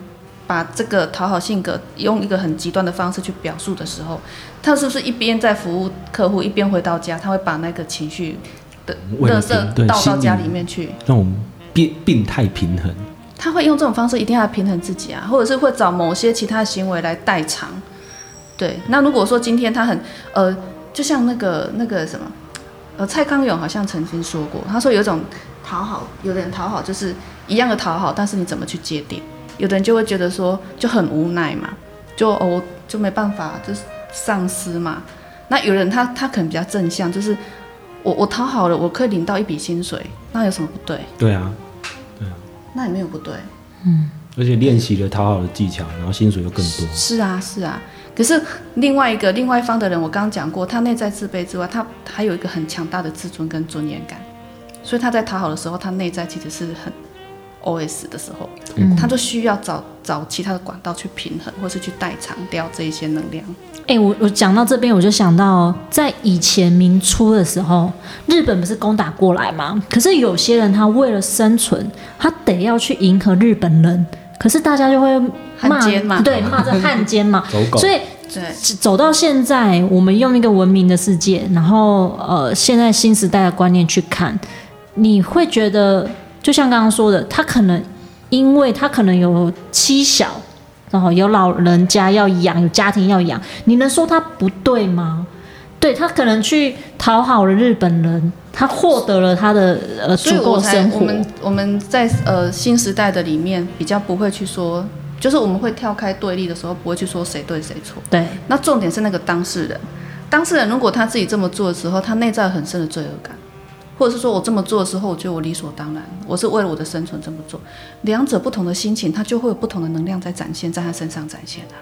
把这个讨好性格用一个很极端的方式去表述的时候，他是不是一边在服务客户，一边回到家，他会把那个情绪的为热了色平对倒到心理家里面去？那种病病态平衡，他会用这种方式一定要平衡自己啊，或者是会找某些其他行为来代偿。对，那如果说今天他很呃，就像那个那个什么，呃，蔡康永好像曾经说过，他说有一种讨好，有的人讨好就是一样的讨好，但是你怎么去界定？有的人就会觉得说就很无奈嘛，就哦我就没办法，就是丧失嘛。那有人他他可能比较正向，就是我我讨好了，我可以领到一笔薪水，那有什么不对？对啊，那也没有不对。而且练习了讨好的技巧，然后薪水又更多，，是啊，是啊。可是另外一个另外一方的人，我刚刚讲过，他内在自卑之外，他还有一个很强大的自尊跟尊严感，所以他在讨好的时候，他内在其实是很 OS 的时候，嗯他就需要找找其他的管道去平衡，或是去代偿掉这一些能量。哎、我我讲到这边，我就想到，在以前明初的时候，日本不是攻打过来吗？可是有些人他为了生存，他得要去迎合日本人，可是大家就会骂汉奸嘛对，骂着汉奸嘛走 狗所以对，走到现在，我们用一个文明的世界，然后呃，现在新时代的观念去看，你会觉得，就像刚刚说的，他可能因为他可能有妻小，然后有老人家要养，有家庭要养，你能说他不对吗？对他可能去讨好了日本人，他获得了他的呃所以足我够才生我活，们我们在呃新时代的里面比较不会去说，就是我们会跳开对立的时候，不会去说谁对谁错。对那重点是那个当事人，当事人如果他自己这么做的时候，他内在有很深的罪恶感，或者是说我这么做的时候，我觉得我理所当然，我是为了我的生存这么做。两者不同的心情，他就会有不同的能量在展现在他身上展现啊。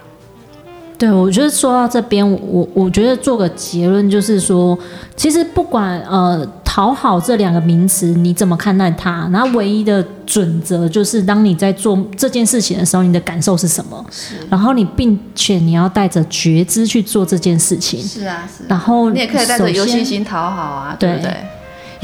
对，我觉得说到这边，我我我觉得做个结论就是说，其实不管呃讨好这两个名词，你怎么看待它？然后唯一的准则就是，当你在做这件事情的时候，你的感受是什么？然后你并且你要带着觉知去做这件事情。是啊，是啊然后你也可以带着游首戏先心讨好啊，对不对对？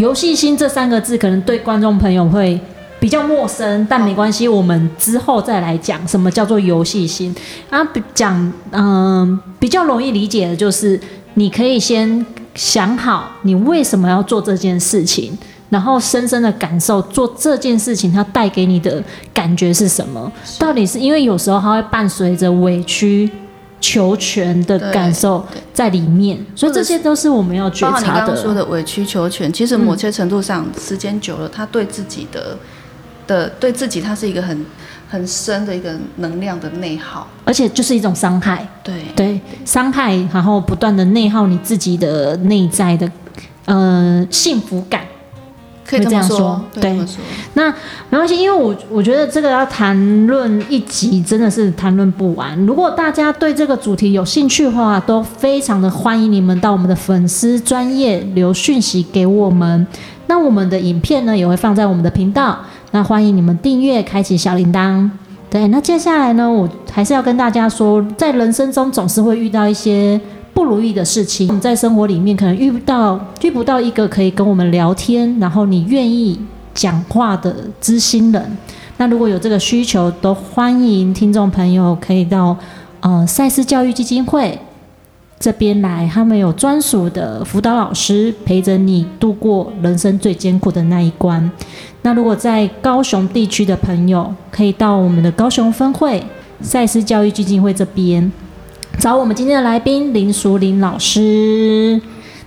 游戏心这三个字可能对观众朋友会比较陌生，但没关系，我们之后再来讲什么叫做游戏心。啊，比讲嗯、比较容易理解的就是，你可以先想好你为什么要做这件事情。然后深深的感受做这件事情，它带给你的感觉是什么？到底是因为有时候它会伴随着委屈、求全的对感受对在里面，所以或者这些都是我们要觉包括你察刚的刚。说的委曲求全，其实嗯某些程度上，时间久了，他对自己的的对自己，他是一个很很深的一个能量的内耗。而且就是一种伤害，对，对，伤害，然后不断的内耗你自己的内在的呃幸福感。可以会这这么样说说，可以对这么说，那没关系，因为我我觉得这个要谈论一集真的是谈论不完。如果大家对这个主题有兴趣的话，都非常的欢迎你们到我们的粉丝专业留讯息给我们。那我们的影片呢也会放在我们的频道，那欢迎你们订阅，开启小铃铛。对，那接下来呢，我还是要跟大家说，在人生中总是会遇到一些不如意的事情，我们在生活里面可能遇不到遇不到一个可以跟我们聊天，然后你愿意讲话的知心人。那如果有这个需求，都欢迎听众朋友可以到呃赛事教育基金会这边来，他们有专属的辅导老师陪着你度过人生最艰苦的那一关。那如果在高雄地区的朋友，可以到我们的高雄分会赛事教育基金会这边找我们今天的来宾林淑玲老师。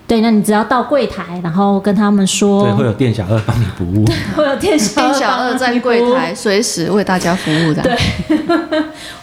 对，那你只要到柜台，然后跟他们说， 对，会有店小二帮你服务。会有店 小丁小二在柜台帮你服务，随时为大家服务的。对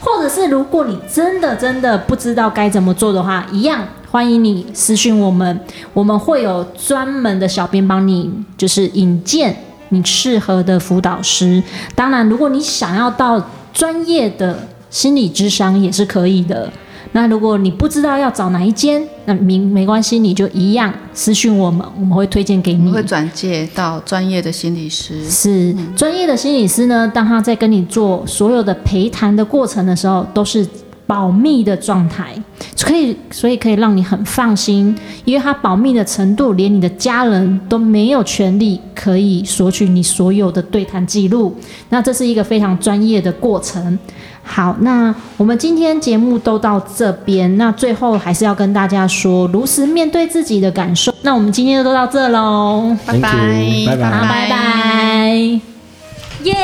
或者是如果你真的真的不知道该怎么做的话，一样欢迎你私讯我们，我们会有专门的小编帮你就是引荐你适合的辅导师。当然，如果你想要到专业的心理智商也是可以的。那如果你不知道要找哪一间，那明没关系，你就一样私讯我们，我们会推荐给我你。们会转介到专业的心理师，是专业的心理师呢，当他在跟你做所有的陪谈的过程的时候，都是保密的状态，可以，所以可以让你很放心，因为他保密的程度，连你的家人都没有权利可以索取你所有的对谈记录。那这是一个非常专业的过程。好，那我们今天节目都到这边，那最后还是要跟大家说，如实面对自己的感受。那我们今天就都到这喽。拜拜 Thank you，拜拜好，拜拜，耶、